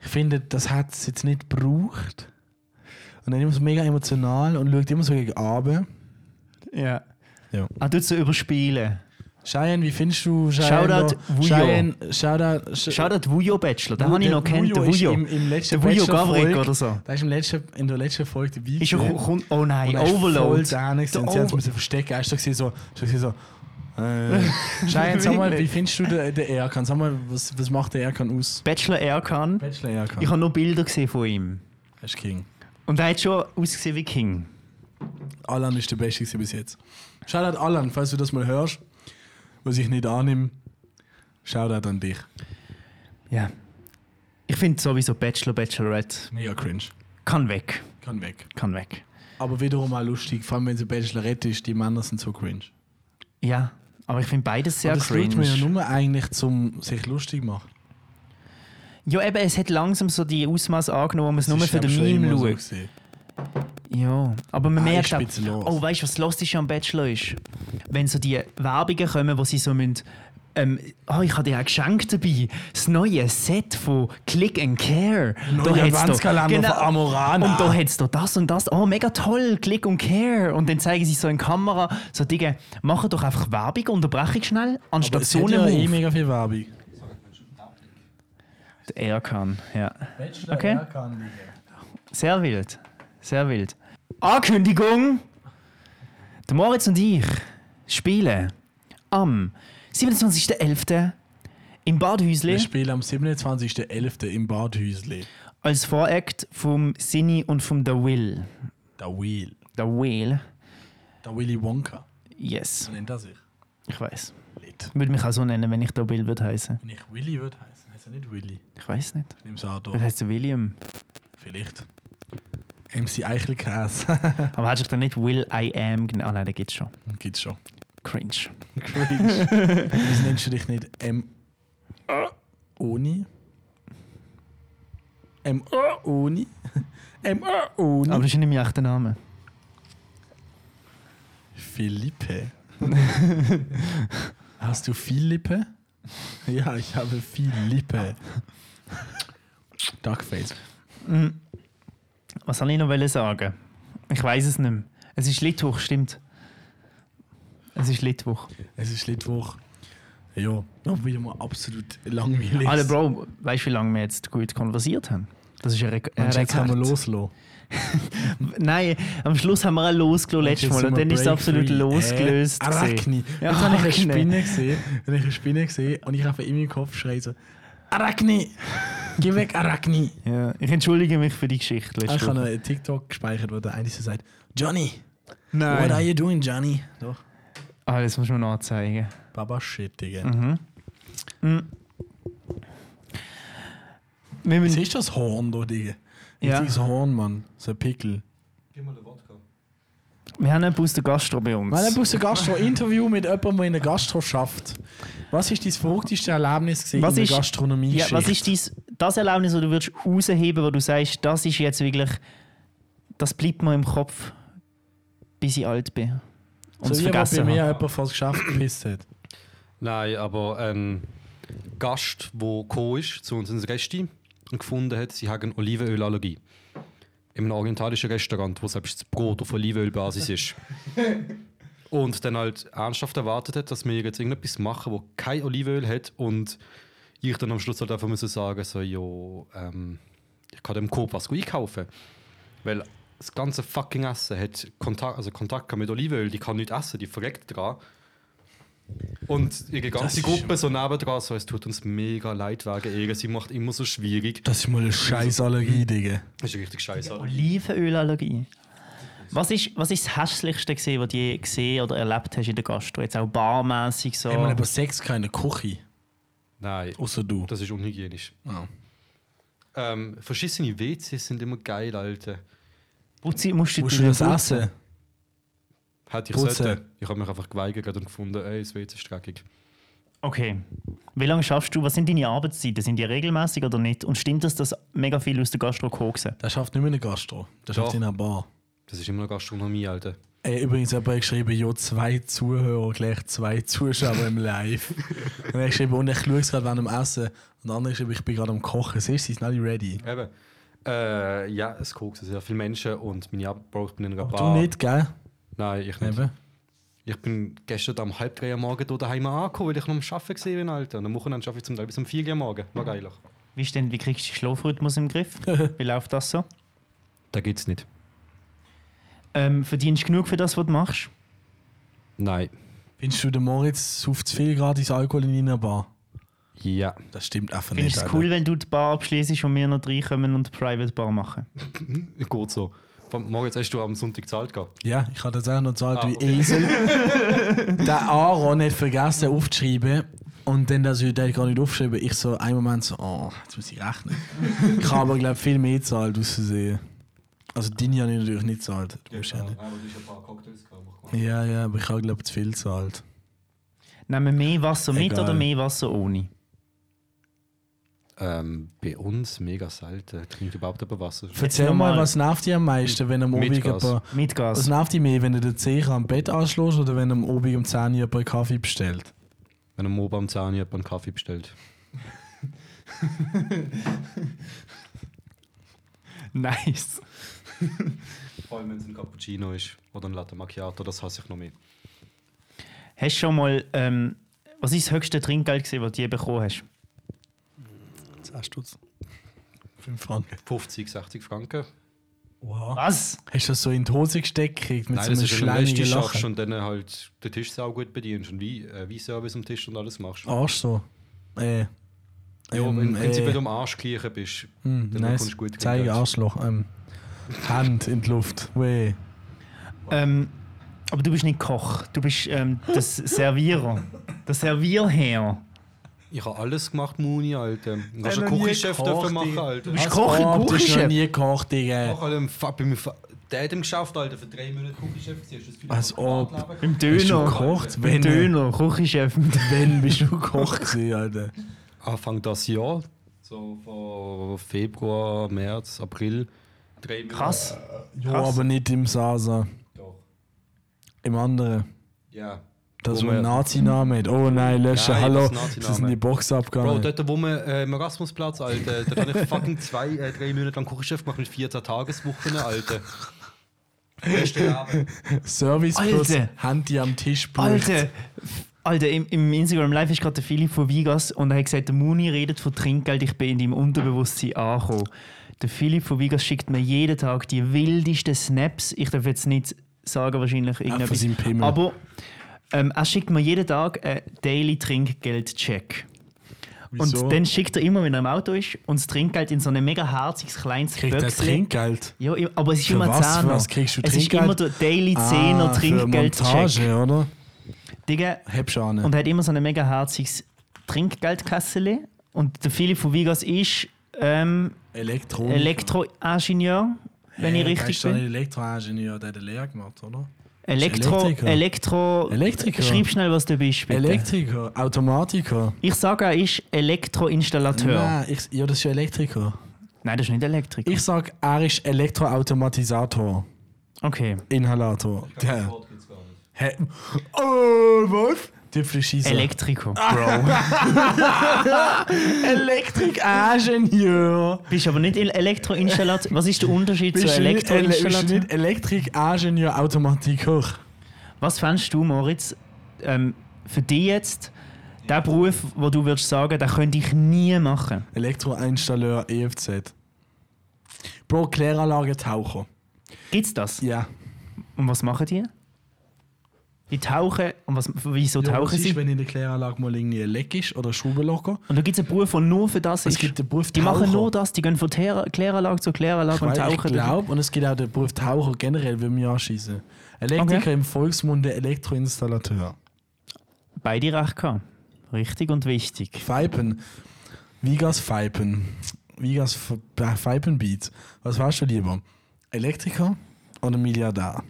ich finde, das hat es jetzt nicht gebraucht. Und dann immer so mega emotional und schaut immer so gegen Abend.
Ja.
Ja.
Ah, du so überspielen.
Cheyenne, wie findest du Cheyenne?
Shoutout
da?
Vujo.
Cheyenne, Shoutout, Sh-
Shoutout Vujo Bachelor, den
Vu-
habe ich
der
noch kennt, der
ist
Vujo.
Im, im letzten
Der Vujo
Bachelor
Gavrik
Folge-
oder so.
Der ist im letzten, in der letzten Folge dabei.
Ist er,
gewesen.
kommt, oh nein,
Und er ist Voll
Overload.
da gewesen.
Der
und sie haben es
Over-
müssen verstecken. Er ist so, gewesen, so, so, gewesen, so äh. Cheyenne, sag mal, wie
Wirklich?
findest du den, den Erkan? Sag mal, was, was macht der Erkan aus?
Bachelor Erkan.
Bachelor Erkan.
Ich habe noch Bilder gesehen von ihm.
Er ist King.
Und er hat schon ausgesehen wie King.
Alan ist der Beste gewesen bis jetzt. Shoutout Alan, falls du das mal hörst, was ich nicht annehme. Shoutout an dich.
Ja. Ich finde sowieso Bachelor, Bachelorette
Mega cringe.
kann weg.
Kann weg.
Kann weg.
Aber wiederum auch lustig, vor allem wenn sie Bachelorette ist, die Männer sind so cringe.
Ja, aber ich finde beides sehr
Aber das
cringe.
tut man ja nur eigentlich, um sich lustig zu machen.
Ja, eben, es hat langsam so die Ausmaß angenommen, wo man es
Das
nur
ist
für den
schon
Meme
immer so
schaut.
gewesen.
ja, aber man
Ah,
merkt
ist
auch,
ein bisschen los.
oh, weißt du, was lustig ist am Bachelor ist? Wenn so die Werbungen kommen, wo sie so müssen, ähm, oh, ich habe dir ein Geschenk dabei. Das neue Set von Click and Care.
Neuer
hat's
Adventskalender von Amorana.
Genau. Und da hättest du das und das. Oh, mega toll, Click and Care. Und dann zeigen sie so in die Kamera, so Dinge, machen doch einfach Werbung, Unterbrechung schnell,
Aber
anstatt
es
so
hat ja
eine
eh
Move.
mega viel Werbung.
Er kann, ja.
Bachelor
Okay.
kann
Sehr wild. Sehr wild. Ankündigung! Der Moritz und ich spielen am 27.11. im
Wir
Badhäusli
spielen am 27.11. im Badhäusli.
als Vorakt vom Sinny und vom The Will.
Der Will.
The Will?
Der Willy Wonka.
Yes,
So nennt er sich.
ich weiß.
Lit.
Ich würde mich auch so nennen, wenn ich The Will würde heißen.
Wenn ich Willy würde heißen, heißt er nicht Willy.
Ich weiß nicht.
Ich nehme es auch
Dann
da.
heißt er William.
Vielleicht. MC Eichelkäse.
Aber hättest du dich dann nicht Will I Am genannt? Ah nein, den gibt's schon.
Gibt's schon.
Cringe.
Cringe. Wieso nennst du dich nicht M. Oni? M. Oni? M.
Aber
Oni?
das ist nicht mein echter Name.
Philippe. Hast du Philippe? Ja, ich habe viel Lippe. Duckface.
Was soll ich noch wollen sagen? Ich weiß es nicht mehr. Es ist Litwoch, stimmt. Es ist Litwoch.
Es ist Mittwoch. Ja, aber wieder mal absolut langweilig.
Alle Ah, Bro, weißt du, wie lange wir jetzt gut konversiert haben? Das ist ein, Rek ein
Meinst du, jetzt
Rekord.
können wir loslassen.
Nein, am Schluss haben wir auch losgelassen letztes Mal und dann ist es absolut losgelöst.
Äh, Arachni.
gewesen.
Ja, Jetzt habe ich eine
Arachne.
Spinne gesehen. Dann habe ich eine Spinne gesehen und ich habe in meinem Kopf schreien so, Arachni! Geh weg, Arachni! Ah,
Ja, ich entschuldige mich für die Geschichte. letzte
Ich habe
Woche.
einen TikTok gespeichert, wo der eine so sagt, Johnny, what are
Nein.
you doing, Johnny? Doch.
Ah, das muss man noch anzeigen.
Baba shit, Digga.
Wir
Was
müssen,
ist das Horn da, Digga?
Ja.
Richtiges Horn, Mann. So ein Pickel.
Gib mal den Wodka.
wir haben einen Bus der Gastro bei uns.
Weil er braucht ein Gastro-Interview mit jemandem, der in der Gastro schafft. Was ist dein verrückteste Erlebnis gewesen
Was
in der
ist-
Gastronomie?
Ja, was ist dies, das Erlebnis, das du würdest rausheben, wo du sagst, das ist jetzt wirklich, das bleibt mir im Kopf, bis ich alt bin. Und
so
es
wie wenn bei
vergessen
mir
habe.
jemand vor das Geschäft gepisst hat.
Nein, aber ein Gast, der gekommen ist zu uns in Gäste und gefunden hat, sie haben eine Olivenölallergie. In einem orientalischen Restaurant, wo selbst das Brot auf Olivenölbasis ist. und dann halt ernsthaft erwartet hat, dass wir jetzt irgendetwas machen, wo kein Olivenöl hat und ich dann am Schluss halt einfach müssen sagen so, jo, ähm, ich kann dem Coop was einkaufen. Weil das ganze fucking Essen hat Kontakt, also Kontakt gehabt mit Olivenöl, die kann nicht essen, die verreckt dran. Und ihre
Das
ganze
ist
Gruppe so nebendran, so, es tut uns mega leid wegen ihr, sie macht immer so schwierig.
Das ist mal eine Scheißallergie, Digga.
Das ist richtig scheiße.
Olivenölallergie. Was ist, was ist das hässlichste, gewesen, was du je gesehen oder erlebt hast in der Gastro? Jetzt auch barmäßig so.
Ich meine, aber Sex keine Küche.
Nein,
Außer du.
das ist unhygienisch.
Ja.
Ähm, verschissene WCs sind immer geil, Alter.
Putzi, musst du
Musst du
dir
das
putzen?
essen?
Hätte ich
Putzen.
sollte. Ich habe mich einfach geweigert und gefunden, ey, das WC ist dreckig.
Okay. Wie lange schaffst du? Was sind deine Arbeitszeiten? Sind die regelmäßig oder nicht? Und stimmt das, dass mega viel aus der Gastro gekommen sind?
Das schafft nicht mehr in der Gastro. Das schafft
Doch.
in einer Bar.
Das ist immer noch Gastronomie, Alter.
Ey, übrigens, jemand hat geschrieben, ja, zwei Zuhörer, gleich zwei Zuschauer im Live. und er hat geschrieben, und ich schaue es gerade während dem Essen. Und der andere hat geschrieben, ich bin gerade am Kochen. Siehst du, sie sind alle ready.
Eben. Äh, ja, es guckt sehr viele Menschen und meine Arbeit braucht in einer
Du
Bar.
nicht, gell?
Nein, ich nicht.
Eben.
Ich bin gestern am halb drei am Morgen hier daheim angekommen, weil ich noch am Arbeiten gesehen bin, Alter. Und am Wochenende arbeite ich zum Teil bis um vier Uhr am Morgen. War geil.
Wie, ist denn, wie kriegst du den Schlafrhythmus im Griff? Wie läuft das so?
Da geht's nicht.
Ähm, verdienst du genug für das, was du machst?
Nein.
Findest du, der Moritz sauft zu viel gratis Alkohol in einer Bar?
Ja.
Das stimmt einfach
Findest du
nicht.
es cool, wenn du die Bar abschließt und wir noch reinkommen und die Private Bar machen?
Gut so. Vom Morgens hast du am Sonntag gezahlt gehabt.
Alter. Ja, ich habe tatsächlich noch gezahlt
Ah,
wie
okay.
Esel. der Aaron hat vergessen aufzuschreiben. Und dann, dass ich den gar nicht aufschreiben, ich so einen Moment so, oh, jetzt muss ich rechnen. ich habe aber, glaube ich, viel mehr gezahlt, auszusehen. Also, deine habe ich natürlich nicht gezahlt. Du musst ja, nicht.
aber du hast ein paar Cocktails gehabt.
ja, ja, aber ich habe, glaube ich, zu viel gezahlt.
Nehmen wir mehr Wasser mit
Egal.
oder mehr Wasser ohne?
Ähm, bei uns mega selten. Trinkt überhaupt aber Wasser.
Erzähl
noch
mal,
mal.
was nervt dich am meisten, wenn am
Mit
Obig
Gas.
jemand...
Mit
Was
Gas.
nervt dich mehr, wenn du den Zeh am Bett anschlägst oder wenn am Obig um 10 Uhr jemand einen Kaffee bestellt?
Wenn am Oben am Zahn jemand einen Kaffee bestellt.
Nice.
Vor allem, wenn es ein Cappuccino ist oder ein Latte Macchiato, das hasse ich noch mehr.
Hast du schon mal, ähm, was ist das höchste Trinkgeld, gewesen, was du je bekommen hast?
10 Stutz. 5 Franken.
50, 60 Franken.
Wow.
Was?
Hast du das so in die Hose gesteckt gekriegt mit
Nein,
so
das
einem
ist, wenn du Reste
schleimigen
schaffst
Lachen?
und dann halt den Tisch sau gut bedienst und wie äh, Weinservice am Tisch und alles machst.
Arsch so. Äh.
ja,
ähm,
wenn, wenn sie
äh,
bei dem Arsch gleichen bist,
hm,
dann
nice.
kommst du gut
Zeige
Geld.
Arschloch. Ähm, Hand in die Luft. Weh.
Ähm, aber du bist nicht Koch, du bist ähm, das Servierer. Der Servierherr.
Ich habe alles gemacht, Muni, Alter. Du hast
noch
einen
nie
Küchenchef
gekocht,
dürfen machen,
ey.
Alter.
bist
Als
Koch im
ob, Du hast noch
Küchenchef.
nie gekocht, Digga.
Nach allem Fa- bei meinem Fa- der hat ihm geschafft, Alter, für drei Monate Küchenchef gewesen.
Als ob.
Im
Hast du
Döner.
gekocht?
Im
Wenn, äh,
Döner, Küchenchef.
wenn bist du gekocht gewesen, Alter?
Anfang das Jahr, so von Februar, März, April. Drei Monate.
Krass.
Ja,
Krass.
aber nicht im Sasa.
Doch.
Im anderen.
Ja.
Dass
Wo
man einen
man-
Nazi-Namen hat. Oh nein, löschen,
Nein,
hallo.
das ist ein
Sie sind in die Box
Bro,
abgegangen.
dort, wo wir äh, im Erasmusplatz, Alter, da habe ich fucking zwei, äh, drei Monate lang Kochchef gemacht mit 14 Tageswochen, Alter. Beste Abend.
Service plus
Alter.
Handy am Tisch. gebraucht.
Alter, Alter im, im Instagram Live ist gerade der Philipp von Vigas und er hat gesagt, der Muni redet von Trinkgeld, ich bin in deinem Unterbewusstsein angekommen. Der Philipp von Vigas schickt mir jeden Tag die wildesten Snaps. Ich darf jetzt nicht sagen, wahrscheinlich
von
irgendwas.
seinem Pimmel.
Aber ähm, er schickt mir jeden Tag einen Daily Trinkgeld-Check. Und
Wieso?
dann schickt er immer, wenn er im Auto ist, und das Trinkgeld in so ein mega herziges kleines
kriegt er
Böckchen.
Trinkgeld.
Ja, i- aber es ist
Für
immer
was?
10
Für was kriegst du
Es ist
Trinkgeld?
immer der Daily 10er
Ah, Für
Trinkgeld-Check.
Montage, oder?
Digga,
Hebst du
und
an.
er hat immer so ein mega herziges Trinkgeldkessel. Und der Philipp von Vigas ist ähm,
Elektro.
Elektroingenieur, wenn ich
Der ist
richtig
doch ein
bin.
Elektroingenieur, der hat eine Lehre gemacht, oder?
Elektro,
Elektriker.
Elektro.
Elektriker.
Schreib schnell, was du bist. Bitte.
Elektriker, Automatiker.
ich sage, er ist Elektroinstallateur. Nein.
Nein, ich, ja, das ist ja Elektriker.
das ist nicht Elektriker.
Ich sag, er ist Elektroautomatisator.
okay.
Inhalator. Der. Hä? Oh, was? Die Frischise.
Elektriker.
Ah! Elektrikingenieur.
Bist aber nicht Ele- Elektroinstallateur. Was ist der Unterschied zu
Bist du nicht Ele- bist du
Elektroinstallateur?
nicht Elektrikingenieur Automatiker?
Was fändest du, Moritz, ähm, für dich jetzt, der Beruf, wo du würdest sagen, den könnte ich nie machen?
Elektroinstalleur EFZ. E Bro, Kläranlage Taucher.
Gibt's das?
Ja.
Und was machen die? Die tauchen. Und was, wieso
ja was
tauchen
ist,
sie?
wenn in der Kläranlage mal irgendwie ein Leck ist oder Schraube locker?
Und da gibt es einen Beruf, der nur für das
Es
ist.
gibt den Beruf
die machen
Taucher.
nur das. Die gehen von Ter- Kläranlage zu Kläranlage und
Weil ich
tauchen.
glaube, und es gibt auch den Beruf Taucher generell, würde mich anschießen. Elektriker
Okay.
im Volksmund, der Elektroinstallateur.
Beide recht gehabt. Richtig und wichtig.
Pfeipen. Vigas Pfeipen. Vigas F- äh, Pfeipenbeat. Was warst du lieber? Elektriker oder Milliardär?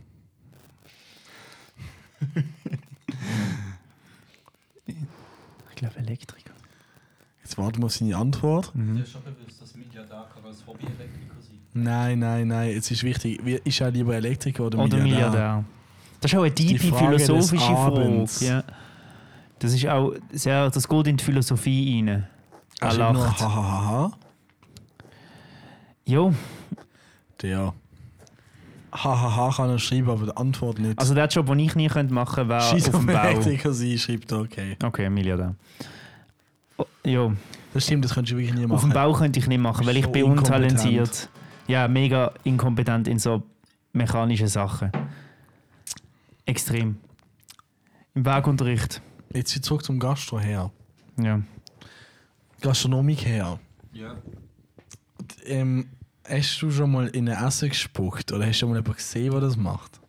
Ich glaube, Elektriker.
Jetzt warten wir auf seine Antwort.
Mhm.
Ja, schon bewusst, dass Milliardär kann als Hobby-Elektriker sein.
Nein, nein, nein. Jetzt ist wichtig. Wie- Ist er lieber Elektriker oder,
Oder
Milliardär?
Milliardär. Das ist auch eine
Die
tiefe
Frage des
philosophische Frage.
Abends.
Ja. Das ist auch sehr, das geht in die Philosophie rein.
Er
Er
schreibt nur
lacht.
hahaha.
Jo,
Der. Hahaha kann er schreiben, aber die Antwort nicht.
also der Job, den ich nie könnte machen könnte, wäre
Scheiß
Ah, auf dem Bau.
Elektriker sein, schreibt er, okay.
Okay, Milliardär. Oh, jo.
Das stimmt, das könntest du wirklich nie
Auf dem
machen.
Bau könnte ich nicht machen, weil ich
So
bin untalentiert. Ja, mega inkompetent in so mechanischen Sachen. Extrem. Im Werkunterricht.
Jetzt wieder zurück zum Gastro her.
Ja.
Gastronomik her.
Ja.
Ähm, hast du schon mal in ein Essen gespuckt oder hast du schon mal jemanden gesehen, der das macht?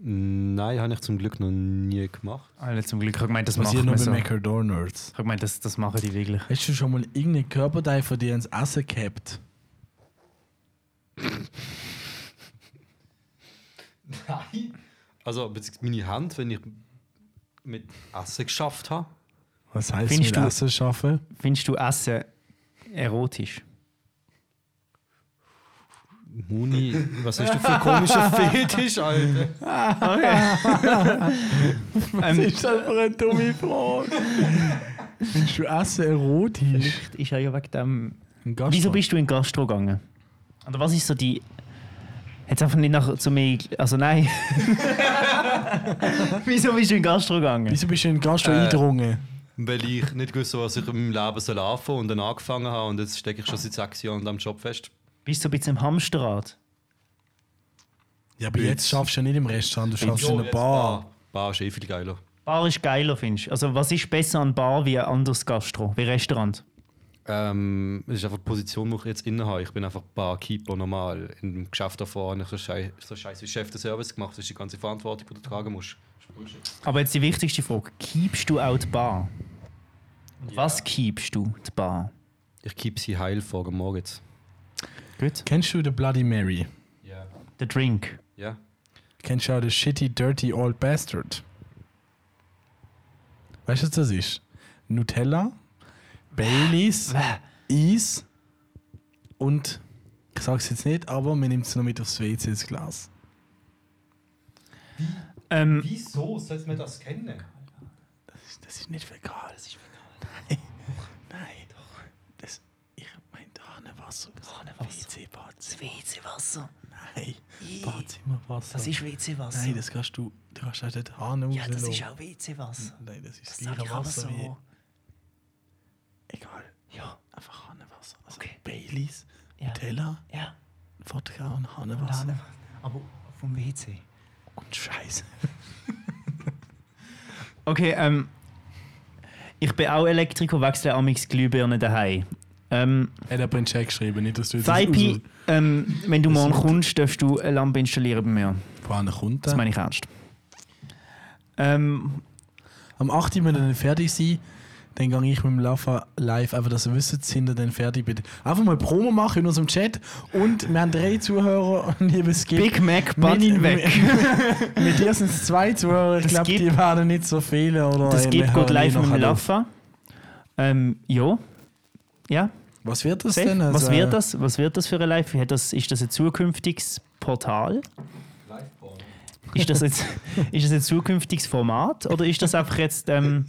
Nein, habe ich zum Glück noch nie gemacht.
Alle zum Glück. Ich habe gemeint, das
Passiert
machen
nur
wir
bei
so. Ich
McDonalds.
habe gemeint, das, das machen die wirklich.
Hast du schon mal irgendeinen Körperteil von dir ins Essen gehabt?
Nein. Also, beziehungsweise meine Hand, wenn ich mit Essen geschafft habe.
Was heißt
Findest
mit
du-
Essen schaffen?
Findest du Essen erotisch?
Muni, was hast du für komische Fetisch, Alter?
Ähm,
ist einfach eine dumme Frage. Findest du Essen erotisch?
ist ja wegen dem
Ein Gastro.
Wieso bist du in Gastro gegangen? Oder was ist so die. Jetzt einfach nicht nach zu mir. Also nein. Wieso bist du in Gastro gegangen?
Wieso bist du Äh, in den Gastro eingedrungen?
Weil ich nicht gewusst habe, was ich in meinem Leben soll anfangen und dann angefangen habe und jetzt stecke ich schon seit sechs Jahren an diesem Job fest.
Bist du ein bisschen im Hamsterrad?
Ja, aber jetzt schaffst du ja nicht im Restaurant, du schaffst
Jo,
in einer
jetzt
Bar.
Bar ist eh viel geiler.
Bar ist geiler, findest du? Also, was ist besser an Bar wie ein anderes Gastro, wie Restaurant?
Ähm, es ist einfach die Position, die ich jetzt inne habe. Ich bin einfach Barkeeper normal. Im Geschäft davor habe ich so scheiße so scheiß wie Chef den Service gemacht. Das ist die ganze Verantwortung, die du tragen musst.
Aber jetzt die wichtigste Frage: Keepst du auch die Bar? Und Was keepst du die Bar?
Ich keep sie heil vor dem Morgen. jetzt.
Gut.
Kennst du den Bloody Mary?
Ja.
Der Drink.
Ja?
Kennst du auch den Shitty Dirty Old Bastard? Weißt du, was das ist? Nutella, Baileys, Eis und ich sag's jetzt nicht, aber man nimmt es noch mit aufs WC ins Glas.
Ähm,
Wieso soll man das kennen?
Das ist nicht vegan. Das ist vegan. Nein. Nein. Doch. Das, ich meine Hahnenwasser. Hahnenwasser. WC-Bad.
WC-Wasser.
Nein. Badzimmerwasser.
Das ist WC-Wasser.
Nein, das kannst du. Du kannst auch den Hahn
ja, das ist
rauslassen.
auch WC-Wasser.
Nein, das ist
Das
das
sag ich
gleiche
aber
Wasser
so.
wie. Egal.
Ja,
Einfach Hahnenwasser. Also
Okay.
Baileys,
Ja.
Nutella,
ja.
Vodka und Hahnenwasser.
Aber vom WC.
Und Scheiße.
Okay, ähm. Ich bin auch Elektriker, wechsle amigs Glühbirnen daheim. Ähm,
Hey, der hat einen Check geschrieben, nicht, dass du jetzt.
Feipi,
raus-
ähm, wenn du morgen kommst, darfst du eine Lampe installieren bei mir.
Von einer kommt
Das
der?
meine ich ernst. Ähm,
Am 8. Uhr, wenn wir dann fertig sind, dann gehe ich mit dem Lava live, einfach, dass ihr wisst, sind ihr dann fertig bitte. Einfach mal Promo machen in unserem Chat und wir haben drei Zuhörer und ihr wisst, Skip.
Big Mac Button
Mini-
weg.
Mit dir sind es zwei Zuhörer, ich
Das
glaube,
gibt-
die werden nicht so viele. Oder
Das
wir
gibt
hören
gut live
eh
mit dem
nachher auf.
Laffa. Ähm, ja. Ja,
Was wird das
safe.
denn? Also, äh,
Was wird das? Was wird das für ein Live? Hat das, ist das ein zukünftiges Portal? Ist das jetzt, ist das ein zukünftiges Format oder ist das einfach jetzt ähm,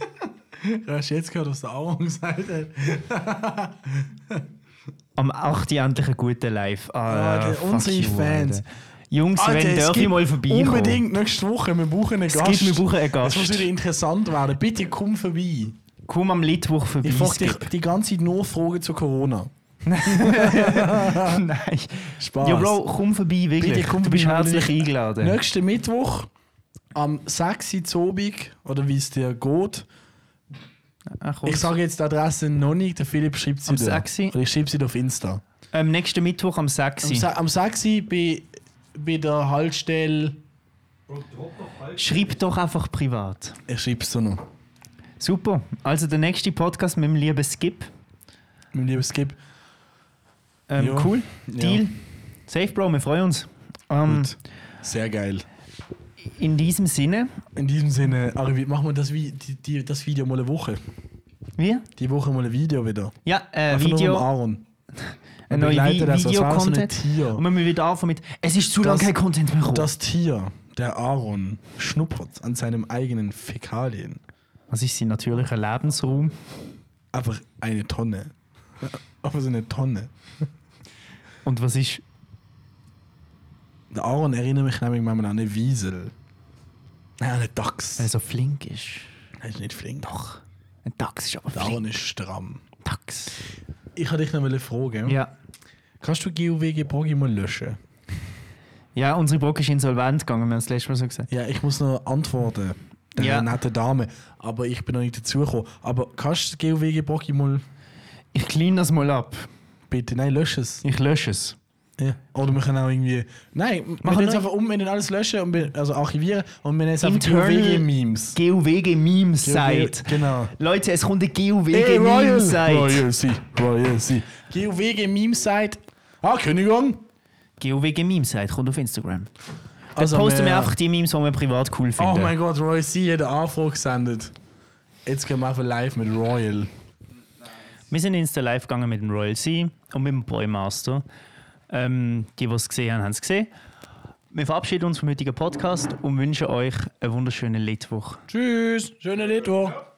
Du hast jetzt gehört, was der Aaron gesagt hat.
am 8. Uhr endlich ein guter Live? Ah,
Alter,
fuck
unsere
you,
Fans.
Alter. Jungs, wenn
es
dürfen
gibt
mal vorbeikommen.
Unbedingt nächste Woche, wir brauchen einen
gibt-
Gast.
wir brauchen einen Gast.
Es muss wieder interessant werden. Bitte komm vorbei.
Komm am Litwoch vorbei.
Ich frage dich
Skip.
die ganze Zeit nur Fragen zu Corona.
Nein.
Spaß.
Ja, Bro, komm vorbei, wirklich.
Bitte komm
du bist
vorbei,
herzlich
Mann.
eingeladen.
Nächsten Mittwoch am 6. Uhr zu Abend, oder wie es dir geht.
Ach, komm.
Ich sage jetzt die Adresse noch nicht, der Philipp schreibt sie
Am
dir.
6.
Oder ich schreibe sie dir auf Insta.
ähm, nächsten Mittwoch am 6.
Am, Se- am 6. Uhr bei, bei der Haltestelle.
Schreib doch einfach privat.
Ich schreibe es dir noch.
Super. Also der nächste Podcast mit dem lieben Skip.
Mein lieber Skip.
Ähm,
Ja.
Cool.
Ja.
Deal. Safe, Bro, wir freuen uns. Ähm,
Gut. Sehr geil.
in diesem Sinne,
In diesem Sinne, Ari, machen wir das, Vi- die, die, das Video mal eine Woche.
wir?
Die Woche mal ein Video wieder.
Ja, äh,
Einfach nur um
Video,
Aaron.
ein
Wir
neues
begleiten
Vi
das, als wäre es so ein
Video-Content.
Tier.
Und wenn wir wieder anfangen mit «Es ist zu lange
Das-
kein Content mehr gekommen.»
Das Tier, der Aaron, schnuppert an seinem eigenen Fäkalien.
Was ist sein natürlicher Lebensraum?
Einfach eine Tonne. Einfach so eine Tonne.
Und was ist...
Der Aaron erinnert mich nämlich manchmal an eine Wiesel. Nein, an eine Dachs.
Wenn er so flink ist.
Er ist nicht flink.
Doch. Ein Dachs ist aber
Der
flink.
Aaron ist stramm.
Dachs.
Ich hatte dich noch eine Frage.
Ja.
Kannst du GUWG Bogi mal löschen?
Ja, unsere Bock ist insolvent gegangen, wir haben es letztes Mal so gesagt.
Ja, ich muss noch antworten. Der
Ja.
nette Dame. Aber ich bin noch nicht dazugekommen. Aber kannst du GUWG Bogi mal
Ich clean das mal ab.
bitte? Nein, lösche es.
Ich lösche es.
Ja. Oder wir können auch irgendwie. Nein, wir
Machen
können jetzt
neu-
einfach um, wir können alles löschen, und wir, also archivieren und wir nennen es um, einfach
Internal-
GOWG-Memes.
GOWG-Meme-Site.
Genau.
Leute, es kommt eine
Hey, Royal!
GOWG-Meme-Site.
Royal Sea, Royal Sea. GOWG-Meme-Site. Ah, Kündigung.
GOWG-Meme-Site kommt auf Instagram.
Also
Posten
wir-
wir einfach die Memes, die wir privat cool finden.
Oh mein Gott, Royal Sea hat eine Anfrage gesendet. Jetzt gehen wir einfach live mit Royal.
Wir sind Insta live gegangen mit dem Royal C und mit dem Boymaster. Ähm, die, die es gesehen haben, haben es gesehen. Wir verabschieden uns vom heutigen Podcast und wünschen euch einen wunderschönen Litwoch.
Tschüss, schöne Litor.